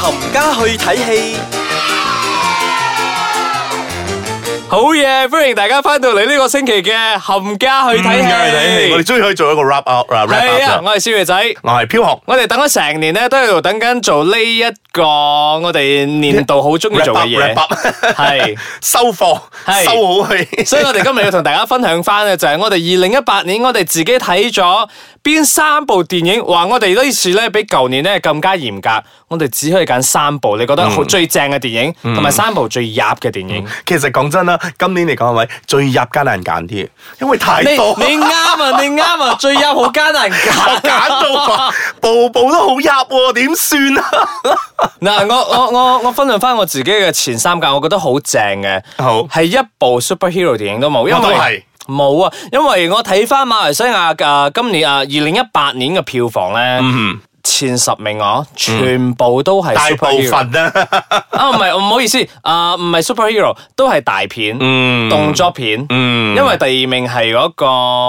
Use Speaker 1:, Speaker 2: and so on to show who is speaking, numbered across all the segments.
Speaker 1: 冚家去睇戲，
Speaker 2: 好嘢！歡迎大家翻到嚟呢個星期嘅冚家去睇戲。
Speaker 3: 我哋終於可以做一個 wrap up 啦，wrap
Speaker 2: 係啊
Speaker 3: up 啦！
Speaker 2: 我係少爺仔。
Speaker 3: 我係飄紅，
Speaker 2: 我哋等咗成年咧，都喺度等緊做呢一個我哋年度好中意做嘅
Speaker 3: wrap
Speaker 2: 嘢，
Speaker 3: up，wrap up
Speaker 2: 係。
Speaker 3: 收貨，
Speaker 2: 係
Speaker 3: 收好佢。
Speaker 2: 所以我哋今日要同大家分享翻嘅就係我哋二零一八年我哋自己睇咗邊三部電影，話我哋呢次咧比舊年咧更加嚴格，我哋只可以揀三部你覺
Speaker 3: 嗯
Speaker 2: 得好最正嘅電影，同埋三部最入嘅電影。
Speaker 3: 其實講真啦，今年嚟講係咪最入艱難揀啲？因為太
Speaker 2: 你
Speaker 3: 多，
Speaker 2: 你啱啊，你啱啊，最入好艱難
Speaker 3: 我
Speaker 2: 揀。
Speaker 3: 揀到步步都好入喎，點算 啊？
Speaker 2: 嗱，我我我我分享翻我自己嘅前三架，我覺得好正嘅，
Speaker 3: 好
Speaker 2: 係一部 superhero 電影都冇，因
Speaker 3: 我都
Speaker 2: 為
Speaker 3: 係
Speaker 2: 冇啊，因為我睇翻馬來西亞嘅、呃今年啊二零一八年嘅票房咧。前十名我全部都係
Speaker 3: 嗯大部
Speaker 2: superhero
Speaker 3: 分啊，
Speaker 2: 啊，唔係唔好意思啊，唔係 superhero 都係大片、
Speaker 3: 嗯
Speaker 2: 動作片，
Speaker 3: 嗯
Speaker 2: 因為第二名係嗰個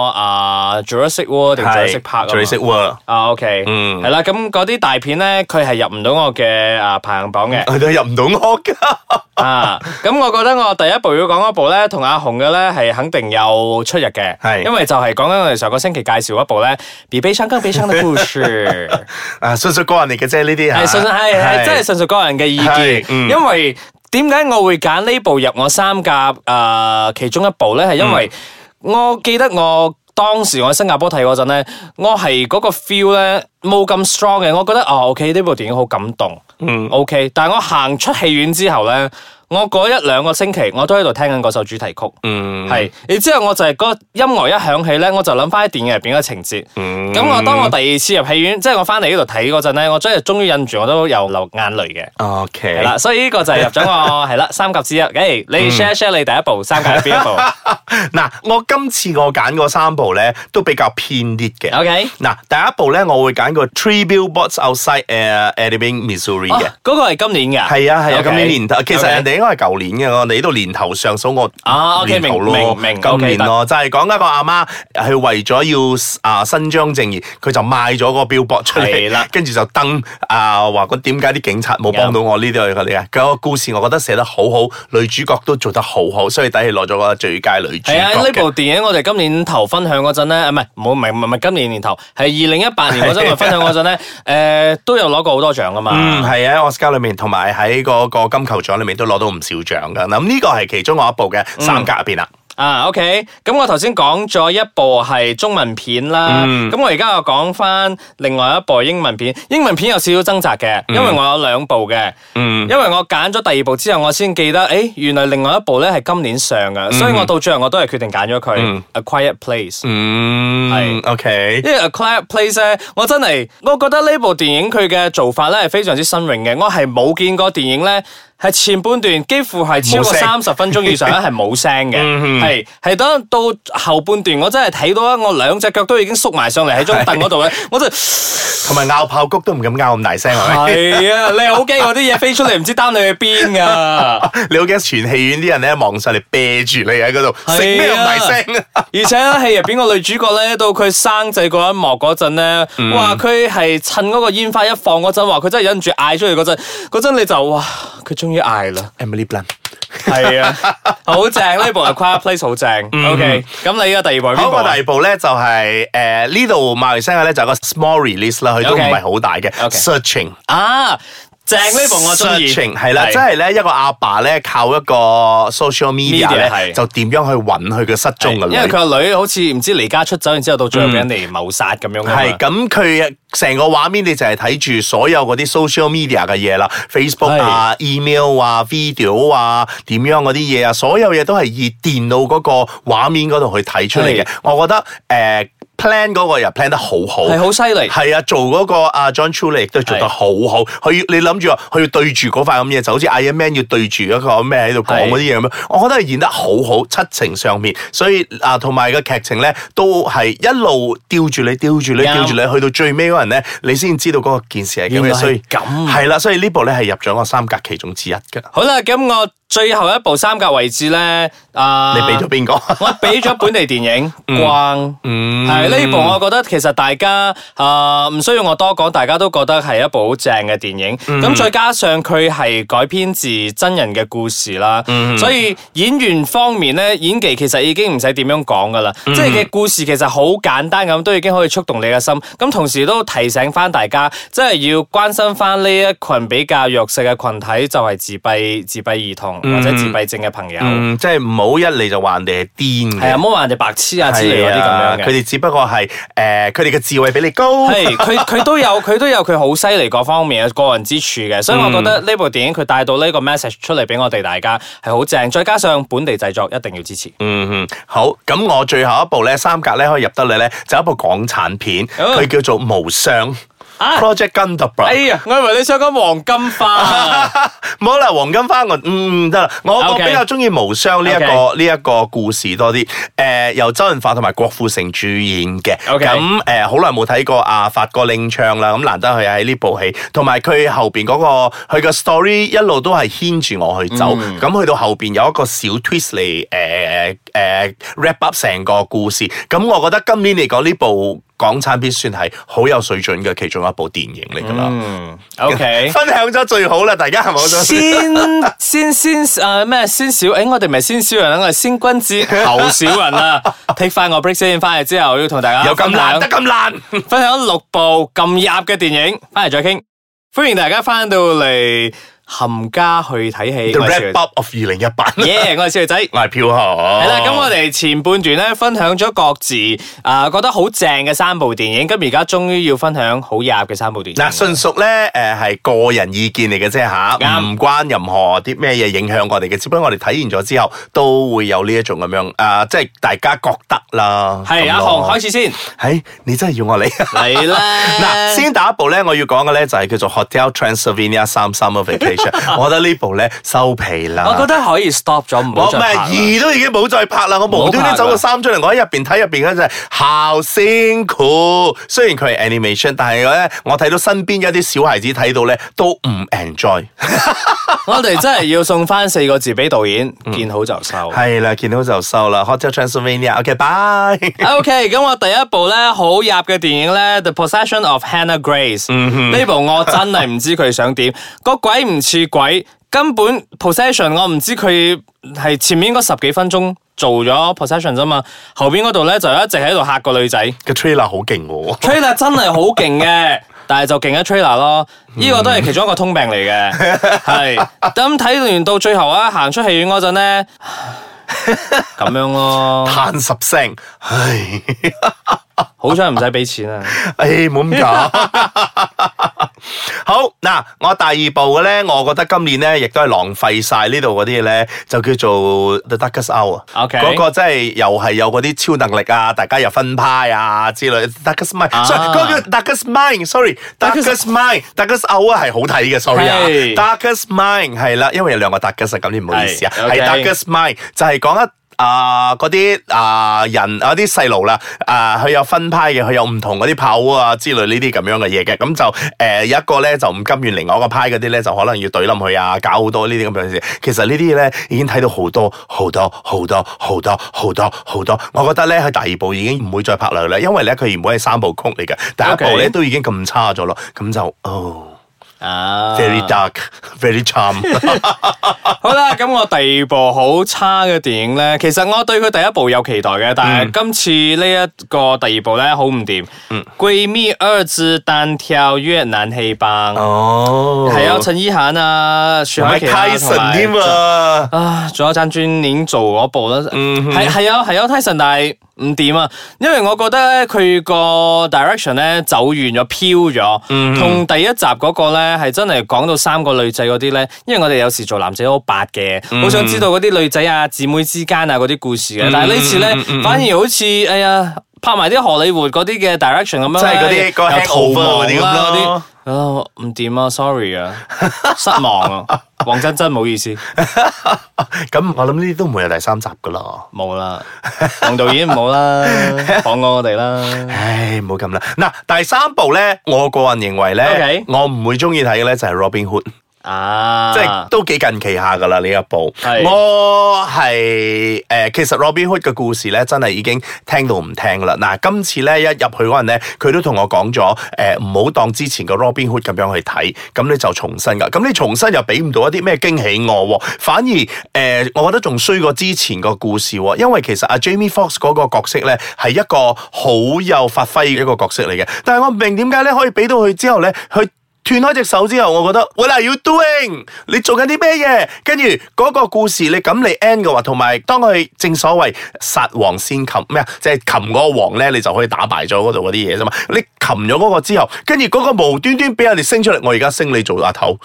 Speaker 2: 啊 Jurassic World 定 Jurassic Park 啊嘛
Speaker 3: 最識 喎，
Speaker 2: 啊，OK，
Speaker 3: 嗯
Speaker 2: 係啦，咁嗰啲大片咧，佢係入唔到我嘅啊排行榜嘅
Speaker 3: 佢哋哎入唔到屋㗎。
Speaker 2: 啊，咁我覺得我第一部要講嗰部咧，同阿紅嘅咧係肯定有出入嘅，
Speaker 3: 係
Speaker 2: 因為就係講緊我哋上個星期介紹嗰部咧《比悲傷更悲傷的故事》。
Speaker 3: 啊，純粹個人嚟嘅啫，呢啲啊
Speaker 2: 係純粹係係真係純屬個人嘅意見
Speaker 3: 係，嗯
Speaker 2: 因為點解我會揀呢部入我三甲誒、呃其中一部咧？係
Speaker 3: 嗯
Speaker 2: 因為我記得我。當時我喺新加坡睇嗰陣咧，我係嗰個 feel 咧冇咁 strong 嘅，我覺得哦，OK 呢部電影好感動，嗯，OK。但係我行出戲院之後咧，我嗰一兩個星期我都喺度聽緊嗰首主題曲，
Speaker 3: 嗯
Speaker 2: 係，然之後我就係嗰音樂一響起咧，我就諗翻喺電影入邊嘅情節。咁、
Speaker 3: 嗯
Speaker 2: 我當我第二次入戲院，即係我翻嚟呢度睇嗰陣咧，我真係終於忍唔住，我都有流眼淚嘅。係
Speaker 3: ，OK 嗯
Speaker 2: 啦，所以呢個就係入咗 我係啦三甲之一。誒、你 share share 你第一部三甲入 邊一部
Speaker 3: 嗱，我今次我揀嗰三部咧都比較偏啲嘅。
Speaker 2: ？OK。
Speaker 3: 嗱，第一部咧，我會揀個 Three Billboards Outside 誒 e d i b i n g Missouri
Speaker 2: 哦
Speaker 3: 嘅。
Speaker 2: 嗰個係今年嘅，
Speaker 3: 係啊係啊，
Speaker 2: OK
Speaker 3: 今年年頭，其實
Speaker 2: OK
Speaker 3: 人哋應該係舊年嘅，我哋呢度年頭上數我
Speaker 2: 啊，OK，
Speaker 3: 年頭咯
Speaker 2: 明明明
Speaker 3: 今
Speaker 2: OK，
Speaker 3: 年
Speaker 2: 得
Speaker 3: 咯，就係講一個阿媽，佢為咗要啊伸張正義，佢就賣咗個 billboard 出
Speaker 2: 係啦
Speaker 3: 嚟，跟住就登啊話嗰點解啲警察冇幫到我呢啲嗰啲嘅，嗰個故事我覺得寫得好好，女主角都做得好好，所以抵係攞咗個最佳女主角
Speaker 2: 係啊，呢
Speaker 3: 嘅。
Speaker 2: 部電影我哋今年頭分享嗰陣咧，啊唔係冇唔係唔係唔係今年年頭，係二零一八年嗰陣我哋分享嗰 陣咧，誒、都有攞過好多獎噶嘛。
Speaker 3: 嗯，係啊，喺奧斯卡裏面同埋喺嗰個金球獎裏面都攞到唔少獎噶。嗱，咁呢個係其中我一部嘅三甲入邊啦。
Speaker 2: 啊，OK，咁我頭先講咗一部係中文片啦，咁、我而家又講翻另外一部英文片，英文片有少少掙扎嘅，因為我有兩部嘅，
Speaker 3: 嗯
Speaker 2: 因為我揀咗第二部之後，我先記得，誒、原來另外一部咧係今年上嘅，所以我到最後我都係決定揀咗佢，A Quiet Place》。
Speaker 3: 嗯，
Speaker 2: 係
Speaker 3: OK，
Speaker 2: 因為《A Quiet Place》咧，我真係我覺得呢部電影佢嘅做法咧係非常之新穎嘅，我係冇見過電影咧係前半段幾乎係超過
Speaker 3: 冇聲嗯
Speaker 2: 三十分鐘以 上咧係冇聲嘅，係係等到後半段我真係睇到啊，我兩隻腳都已經縮埋上嚟喺張凳嗰度咧，我真係
Speaker 3: 同埋拗炮谷都唔敢拗咁大聲，係咪？
Speaker 2: 係啊，你好驚我啲嘢飛出嚟唔知擔你去邊 噶。
Speaker 3: 你好驚全戲院啲人咧望上嚟啤住你喺嗰度，食咩咁大聲 啊？
Speaker 2: 而且喺戲入邊個女主角咧，到佢生仔嗰一幕嗰陣咧，
Speaker 3: 嗯
Speaker 2: 哇！佢係趁嗰個煙花一放嗰陣，話佢真係忍唔住嗌出嚟嗰陣，嗰陣你就哇，佢終於嗌啦，
Speaker 3: Emily Blunt，
Speaker 2: 係啊， 好正呢部《A Quiet Place》好正。OK，咁你嘅第二部係
Speaker 3: 嗯好，
Speaker 2: 邊部
Speaker 3: 我
Speaker 2: 啊
Speaker 3: 第二部咧就係誒呢度馬來西亞咧就有個 small release 啦，佢都唔
Speaker 2: OK
Speaker 3: 係好大嘅
Speaker 2: OK
Speaker 3: searching。
Speaker 2: 啊？正呢部我中意，
Speaker 3: Searching，係啦，即係咧一個阿爸咧靠一個 social media
Speaker 2: Media，
Speaker 3: 咧
Speaker 2: 係
Speaker 3: 就點樣去揾佢嘅失蹤嘅
Speaker 2: 因
Speaker 3: 女
Speaker 2: 為佢個女好似唔知離家出走，然之後到最後俾人哋謀殺咁樣㗎嘛。
Speaker 3: 嗯係咁，佢成個畫面你就係睇住所有嗰啲 social media 嘅嘢啦，Facebook 啊、email 啊、video 啊，點樣嗰啲嘢啊，所有嘢都係以電腦嗰個畫面嗰度去睇出嚟嘅
Speaker 2: 係。
Speaker 3: 我覺得誒、呃 plan 嗰個人 plan 得好好。
Speaker 2: 係好犀利。
Speaker 3: 係啊，做嗰個啊 John Trule 亦都做得好好。佢要你諗住話，佢要對住嗰塊咁嘢，就好似 Iron Man 要對住一個咩喺度講嗰啲嘢咁樣。我覺得佢演得好好，七情上面。所以啊，同埋個劇情咧，都係一路吊住你，吊住你，
Speaker 2: 啱
Speaker 3: 吊住你，去到最尾嗰人咧，你先知道嗰個件事係
Speaker 2: 原
Speaker 3: 咁
Speaker 2: 來
Speaker 3: 嘅。
Speaker 2: 係
Speaker 3: 所以
Speaker 2: 咁啊
Speaker 3: 係啦，所以呢部咧係入咗我三格其中之一㗎。
Speaker 2: 好啦，咁我最後一部三甲位置咧，啊，
Speaker 3: 你俾咗邊個？
Speaker 2: 我俾咗本地電影《光》，係
Speaker 3: 嗯
Speaker 2: 呢、呢部我覺得其實大家啊唔、需要我多講，大家都覺得係一部好正嘅電影。咁、
Speaker 3: 嗯
Speaker 2: 再加上佢係改編自真人嘅故事啦，
Speaker 3: 嗯
Speaker 2: 所以演員方面咧，演技其實已經唔使點樣講噶啦，
Speaker 3: 嗯
Speaker 2: 即係嘅故事其實好簡單咁，都已經可以觸動你嘅心。咁同時都提醒翻大家，即係要關心翻呢一群比較弱勢嘅群體，就係、自閉自閉兒童或者自閉症嘅朋友。
Speaker 3: 嗯，即係唔好一嚟就話人哋係癲
Speaker 2: 係啊，
Speaker 3: 嘅。
Speaker 2: 冇話人哋白痴啊之類嗰啲咁
Speaker 3: 啊
Speaker 2: 樣嘅
Speaker 3: 佢。哋只不過係诶，佢哋嘅智慧比你高。
Speaker 2: 係佢佢都有 佢都有佢好犀利各方面嘅個人之處嘅，所以我覺
Speaker 3: 嗯
Speaker 2: 得呢部電影佢帶到呢個 message 出嚟俾我哋大家係好正，再加上本地製作一定要支持。
Speaker 3: 嗯嗯，好，咁我最後一部咧，三格咧可以入得嚟咧，就一部港產片，
Speaker 2: 哦
Speaker 3: 佢叫做《無雙》
Speaker 2: 啊
Speaker 3: Project Gundam。
Speaker 2: 哎呀，我以為你想講黃金 花，
Speaker 3: 唔好啦，黃金花我嗯嗯得啦，我
Speaker 2: OK
Speaker 3: 我比較中意無雙呢一個呢一個故事多啲。誒，由周潤發同埋郭富城主演嘅。
Speaker 2: OK
Speaker 3: 咁誒，好耐冇睇過阿發哥領唱啦，咁難得佢喺呢部戲，同埋佢後邊嗰個佢個 story 一路都係牽住我去走。
Speaker 2: 嗯
Speaker 3: 咁去到後邊有一個小 twist 嚟誒誒 wrap up 成個故事。咁我覺得今年嚟講呢部。港產片算係好有水準嘅其中一部電影嚟㗎啦，
Speaker 2: 嗯，OK。
Speaker 3: 分享咗最好啦，大家係咪好想？
Speaker 2: 先先先诶咩、先小诶、我哋唔係先小人啊，我係先君 子後小人啊。take 翻我 break 先，翻嚟之後要同大家
Speaker 3: 有咁
Speaker 2: 分享
Speaker 3: 難得咁難。
Speaker 2: 分享六部咁入嘅電影，翻嚟再傾。歡迎大家翻到嚟冚家去睇戲。
Speaker 3: The
Speaker 2: 我係小
Speaker 3: Wrap Up of 二零一八，
Speaker 2: 耶我係 小女仔。
Speaker 3: 我係票河。
Speaker 2: 系啦，咁我哋前半段咧分享咗各自啊、覺得好正嘅三部電影，咁而家終於要分享好入嘅三部電影。
Speaker 3: 嗱，純屬咧誒係個人意見嚟嘅啫嚇，
Speaker 2: 啱
Speaker 3: 唔關任何啲咩嘢影響我哋嘅，只不過我哋睇完咗之後都會有呢一種咁樣啊，即係大家覺得啦。
Speaker 2: 係阿
Speaker 3: 紅
Speaker 2: 紅開始先，
Speaker 3: 誒，你真係要 我理？
Speaker 2: 嚟啦。
Speaker 3: 嗱，先第一部咧，我要講嘅咧就係叫做 Hotel Transylvania 三 Summer Vacation，我覺得呢部咧收皮啦。
Speaker 2: 我覺得可以 stop 咗，唔
Speaker 3: 我
Speaker 2: 好
Speaker 3: 唔
Speaker 2: 再拍
Speaker 3: 係
Speaker 2: 啦
Speaker 3: 二都已經冇再拍啦，我無端端走個三出嚟，我喺入邊睇入邊嗰陣係好辛苦。雖然佢係 animation，但係咧我睇到身邊一啲小孩子睇到咧都唔 enjoy。
Speaker 2: 哦我哋真係要送翻四個字俾導演，
Speaker 3: 嗯
Speaker 2: 見好就收。
Speaker 3: 係啦，見到就收啦。Hotel Transylvania，OK，bye、
Speaker 2: OK，咁我第一部咧好入嘅電影咧，《The Possession of Hannah Grace》呢部我真係唔知佢想點， 個鬼唔似鬼，根本 Possession 我唔知佢係前面嗰十幾分鐘做咗 Possession 啫嘛，後邊嗰度咧就一直喺度嚇個女仔。
Speaker 3: 個 trailer 好勁喎。
Speaker 2: trailer 真係好勁嘅，但係就勁喺 trailer 咯，呢個都係其中一個通病嚟嘅，係咁睇完到最後啊，行出戲院嗰陣咧，咁樣咯，
Speaker 3: 嘆十聲，唉，
Speaker 2: 好彩唔使俾錢啊！
Speaker 3: 唉，哎冇咁 講。好嗱，我第二部嘅咧，我覺得今年咧亦都係浪費晒呢度嗰啲嘢咧，就叫做 The Darkest Hour。
Speaker 2: OK
Speaker 3: 嗰個真係又係有嗰啲超能力啊，大家又分派啊之類。Darkest Mind，
Speaker 2: 啊
Speaker 3: sorry，嗰個叫 Darkest Mind，sorry，Darkest Mind，Darkest Hour 係好睇嘅，sorry 啊
Speaker 2: 係
Speaker 3: ，Darkest Mind 係啦，因為有兩個 Darkest，啊咁你唔好意思啊，
Speaker 2: 係，OK
Speaker 3: 係 Darkest。Darkest Mind 就係講一啊嗰啲啊人啊啲細路啦，啊佢有分派嘅，佢有唔同嗰啲炮啊之類呢啲咁樣嘅嘢嘅，咁就誒、呃有一個咧就唔甘願另外一個派嗰啲咧就可能要懟冧佢啊，搞好多呢啲咁樣嘅事。其實呢啲咧已經睇到好多好多好多好多好多好多，我覺得咧佢第二部已經唔會再拍落去啦，因為咧佢原本係三部曲嚟嘅，第一部咧
Speaker 2: OK
Speaker 3: 都已經咁差咗咯，咁就哦
Speaker 2: 啊
Speaker 3: very dark，very charm。
Speaker 2: 好啦，咁我第二部好差嘅電影呢，其實我對佢第一部有期待嘅，
Speaker 3: 嗯
Speaker 2: 但係今次呢一個第二部呢，好唔掂。嗯，闺蜜二字單挑越南戲班，
Speaker 3: 哦
Speaker 2: 係啊，陳意涵啊，徐海
Speaker 3: 咪
Speaker 2: 琪啊
Speaker 3: 泰神
Speaker 2: 同埋
Speaker 3: 添啊！
Speaker 2: 啊，仲有爭專年做嗰部啦，
Speaker 3: 嗯哼
Speaker 2: 係係有係有 Tyson，但係唔掂啊，因為我覺得咧佢個 direction 咧走遠咗，飄咗，
Speaker 3: 嗯
Speaker 2: 同、第一集嗰個咧係真係講到三個女仔嗰啲咧，因為我哋有時做男仔都好白嘅，
Speaker 3: 嗯
Speaker 2: 好、想知道嗰啲女仔啊、姊妹之間啊嗰啲故事嘅，但係呢次咧、
Speaker 3: 嗯
Speaker 2: 反而好似哎呀拍埋啲荷里活嗰啲嘅 direction 咁樣呢，哎
Speaker 3: 即係嗰啲嗰個
Speaker 2: 有逃
Speaker 3: hangover 嗰啲咁
Speaker 2: 亡啦嗰啲
Speaker 3: 咯。
Speaker 2: 啊，唔掂啊，sorry 啊，失望啊，黃真真唔好意思。
Speaker 3: 咁我諗呢啲都唔會有第三集噶啦。
Speaker 2: 冇啦，黃導演冇 啦，放過我哋啦。
Speaker 3: 唉，唔好咁啦。嗱，第三部咧，我個人認為咧
Speaker 2: OK
Speaker 3: 我唔會中意睇嘅咧就係 Robin Hood。
Speaker 2: 啊，
Speaker 3: 即係都幾近期下噶啦呢一部。
Speaker 2: 係
Speaker 3: 我係誒、呃其實 Robin Hood 嘅故事咧，真係已經聽到唔聽啦。嗱，今次咧一入去嗰陣咧，佢都同我講咗誒，唔好當之前嘅 Robin Hood 咁樣去睇，咁你就重新噶。咁你重新又俾唔到一啲咩驚喜我喎，反而誒、呃我覺得仲衰過之前個故事喎，因為其實阿 Jamie Fox 嗰個角色咧係一個好有發揮嘅一個角色嚟嘅，但係我唔明點解咧可以俾到佢之後咧，佢。斷開隻手之後，我覺得 What are you doing？你做緊啲咩嘢？跟住嗰個故事你咁嚟 end 嘅話，同埋當佢正所謂殺王先擒咩啊，即係擒嗰個王咧，你就可以打敗咗嗰度嗰啲嘢啫嘛。你擒咗嗰個之後，跟住嗰個無端端俾人哋升出嚟，我而家升你做阿頭。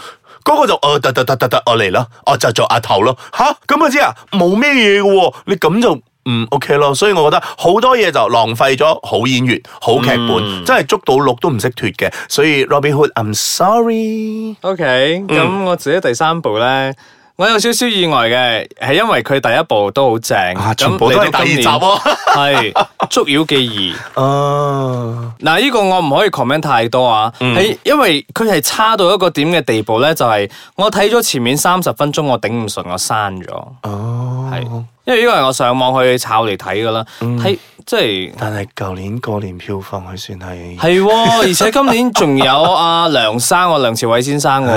Speaker 3: 嗰個就哦得得得得得，我嚟啦，我就做阿頭咯。吓咁啊知啊，冇咩嘢嘅喎，你咁就。嗯，OK 咯，所以我覺得好多嘢就浪費咗好演員、好劇本，
Speaker 2: 嗯
Speaker 3: 真係捉到鹿都唔識脱嘅。所以 Robin Hood，I'm sorry。嗯
Speaker 2: OK，咁、我自己第三部咧，我有少少意外嘅，係因為佢第一部都好正，咁
Speaker 3: 啊全部都係
Speaker 2: 嚟到今
Speaker 3: 第二集
Speaker 2: 年，係《捉妖記
Speaker 3: 啊，
Speaker 2: 二》。嗱，呢個我唔可以 comment 太多啊，
Speaker 3: 嗯
Speaker 2: 係、因為佢係差到一個點嘅地步咧，就係、我睇咗前面三十分鐘，我頂唔順，我刪咗，
Speaker 3: 哦，
Speaker 2: 係、因為呢個係我上網去炒嚟睇噶啦，
Speaker 3: 嗯
Speaker 2: 睇、即係。
Speaker 3: 但係舊年過年票房佢算係
Speaker 2: 係喎， 而且今年仲有阿梁生喎，梁朝偉先生
Speaker 3: 啊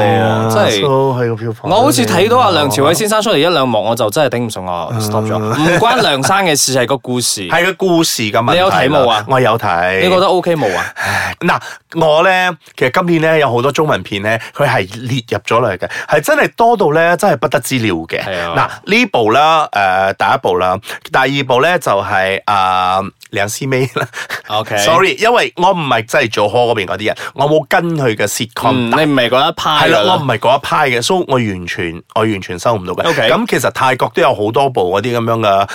Speaker 2: 喎，真係。
Speaker 3: 係個票房。
Speaker 2: 我好似睇到阿梁朝偉先生出嚟一兩幕，我就真係頂唔順，我 stop 咗。唔關梁生嘅事，係個故事。
Speaker 3: 啊係個故事嘅問題啦。
Speaker 2: 你有睇冇啊
Speaker 3: 我有睇。
Speaker 2: 你覺得 OK 冇啊？
Speaker 3: 嗱，我咧其實今年咧有好多中文片咧，佢係列入咗嚟嘅，係真係多到咧，真係不得之了嘅。
Speaker 2: 係
Speaker 3: 嗱、
Speaker 2: 啊
Speaker 3: 呢部啦，誒、第一部啦，第二部咧就係、啊梁思美啦。
Speaker 2: OK
Speaker 3: Sorry，因為我唔係真係做 hall 嗰邊嗰啲人，我冇跟佢嘅 sitcom
Speaker 2: 嗯，你唔係嗰一派
Speaker 3: 係啦，
Speaker 2: 㗎
Speaker 3: 我唔係嗰一派嘅，所以我完全我完全收唔到嘅。咁
Speaker 2: OK
Speaker 3: 其實泰國都有好多部嗰啲咁樣嘅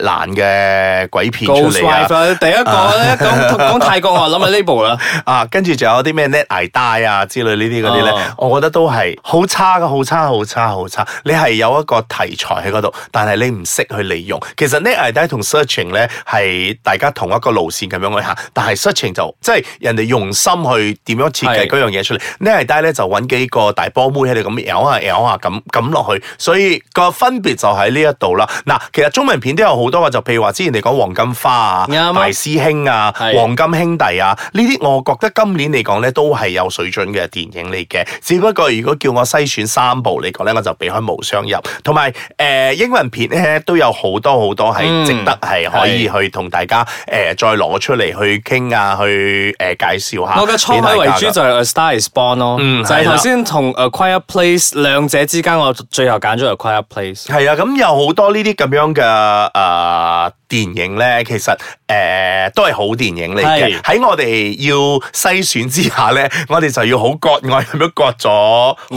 Speaker 3: 誒爛嘅鬼片出嚟
Speaker 2: Ghost。
Speaker 3: 啊
Speaker 2: Wife 第一個咧講講泰國，我諗係呢部 啦。
Speaker 3: 啊，跟住仲有啲咩 net i die 啊之類呢啲嗰啲咧
Speaker 2: 哦，
Speaker 3: 我覺得都係好差嘅，好差，好差，好差。你係有一個題材喺嗰度，但係你唔識去利用。其實 net i die 同 searching 咧係大家同一個路線咁樣去行，但係 searching 就即係人哋用心去點樣設
Speaker 2: 係
Speaker 3: 計嗰樣嘢出嚟。net i die 咧就揾幾個大波妹喺度咁咬下咬下咁咁落去，所以個分別就喺呢一度啦。嗱，其實中文片都有好多嘅，就譬如話之前你講黃金花啊、
Speaker 2: 啱啊
Speaker 3: 大師兄啊、
Speaker 2: 係
Speaker 3: 黃金兄弟啊，呢啲我覺得今年嚟講咧都係有水準嘅電影嚟嘅。只不過如果叫我篩選三部嚟講咧，我就避開無雙入，同埋誒英文片咧都有好多好多係
Speaker 2: 嗯
Speaker 3: 值得係可以去同大家誒、呃再攞出嚟去傾啊，去誒、呃介紹下。
Speaker 2: 我嘅滄海
Speaker 3: 俾
Speaker 2: 為
Speaker 3: 大家
Speaker 2: 珠
Speaker 3: 㗎
Speaker 2: 就係《A Star Is Born》咯，
Speaker 3: 嗯
Speaker 2: 就係
Speaker 3: 係啦
Speaker 2: 頭先同《A Quiet Place》兩者之間，我最後揀咗《A Quiet Place》。
Speaker 3: 係啊，咁有好多呢啲咁樣嘅誒、呃、電影咧，其實誒、呃都係好電影嚟
Speaker 2: 係
Speaker 3: 嘅。喺我哋要篩選之下咧， 我哋就要好割愛咁樣割咗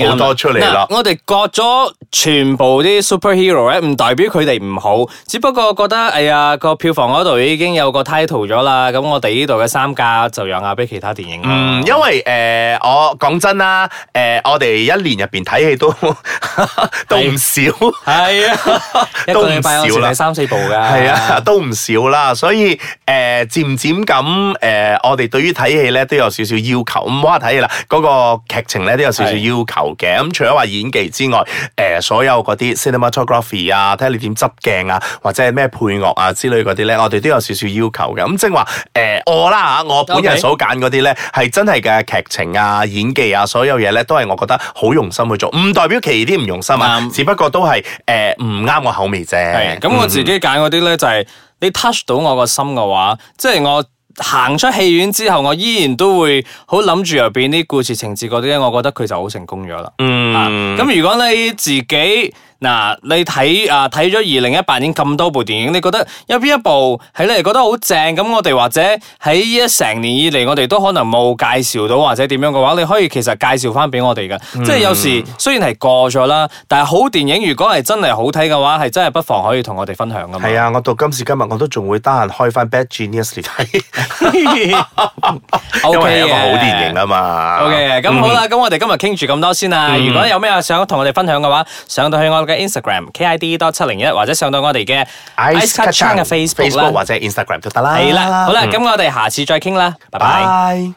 Speaker 3: 好多出嚟啦
Speaker 2: 嗱。我哋割咗全部啲 superhero 咧，唔代表佢哋唔好，只不過覺得哎呀個票房嗰度已經有個 title 咗啦，咁我哋呢度嘅三價就讓下俾其他電影啦。
Speaker 3: 嗯，因為誒、呃我講真啦，誒、我哋一年入邊睇戲都 都唔少，
Speaker 2: 係 啊，一
Speaker 3: 都唔
Speaker 2: 個禮拜我
Speaker 3: 少
Speaker 2: 淨
Speaker 3: 啦
Speaker 2: 係三四部㗎。
Speaker 3: 係啊，， 都唔少啦。所以誒、呃，漸漸咁誒、呃我哋對於睇戲咧都有少少要求，唔好話睇戲啦，嗰、個劇情咧都有少少要求嘅。咁除咗話演技之外，誒、呃所有嗰啲 cinematography 啊，睇下你點執鏡啊，或者係咩配樂啊之類嗰啲咧，我哋都有少少要求嘅。咁即係話誒，我啦嚇，我本人
Speaker 2: OK
Speaker 3: 所揀嗰啲咧係真係嘅劇情啊、演技啊，所有嘢咧都係我覺得好用心去做，唔代表其餘啲唔用心啊，
Speaker 2: 啱
Speaker 3: 只不過都係誒唔啱我口味啫。
Speaker 2: 係啊咁我
Speaker 3: 嗯
Speaker 2: 自己揀嗰啲咧就係你 touch 到我個心嘅話，即係我。行出戲院之後，我依然都會好諗住入邊啲故事情節嗰啲咧，我覺得佢就好成功咗啦。
Speaker 3: 嗯，
Speaker 2: 啊咁、如果你自己嗱，你睇啊睇咗二零一八年咁多部電影，你覺得有邊一部係你哋覺得好正？咁我哋或者喺呢一成年以嚟，我哋都可能冇介紹到或者點樣嘅話，你可以其實介紹翻俾我哋嘅。
Speaker 3: 嗯
Speaker 2: 即係有時雖然係過咗啦，但係好電影如果係真係好睇嘅話，係真係不妨可以同我哋分享噶嘛。
Speaker 3: 係啊，我到今時今日我都仲會得閒開翻 Bad Genius 嚟睇， 因
Speaker 2: OK
Speaker 3: 為係一個
Speaker 2: 嘅
Speaker 3: 好電影啊嘛。
Speaker 2: O K，咁好啦，咁我哋今日傾住咁多先啦。
Speaker 3: 嗯
Speaker 2: 如果有咩想同我哋分享嘅話，上到去我嘅 Instagram K I D 多七零一，或者上到我哋嘅
Speaker 3: Ice
Speaker 2: Cut Chan 嘅
Speaker 3: Kacang
Speaker 2: Facebook 啦
Speaker 3: 或。者 Instagram 都得啦。
Speaker 2: 係啦，好啦，咁我哋下次再傾啦，拜拜。
Speaker 3: 嗯拜。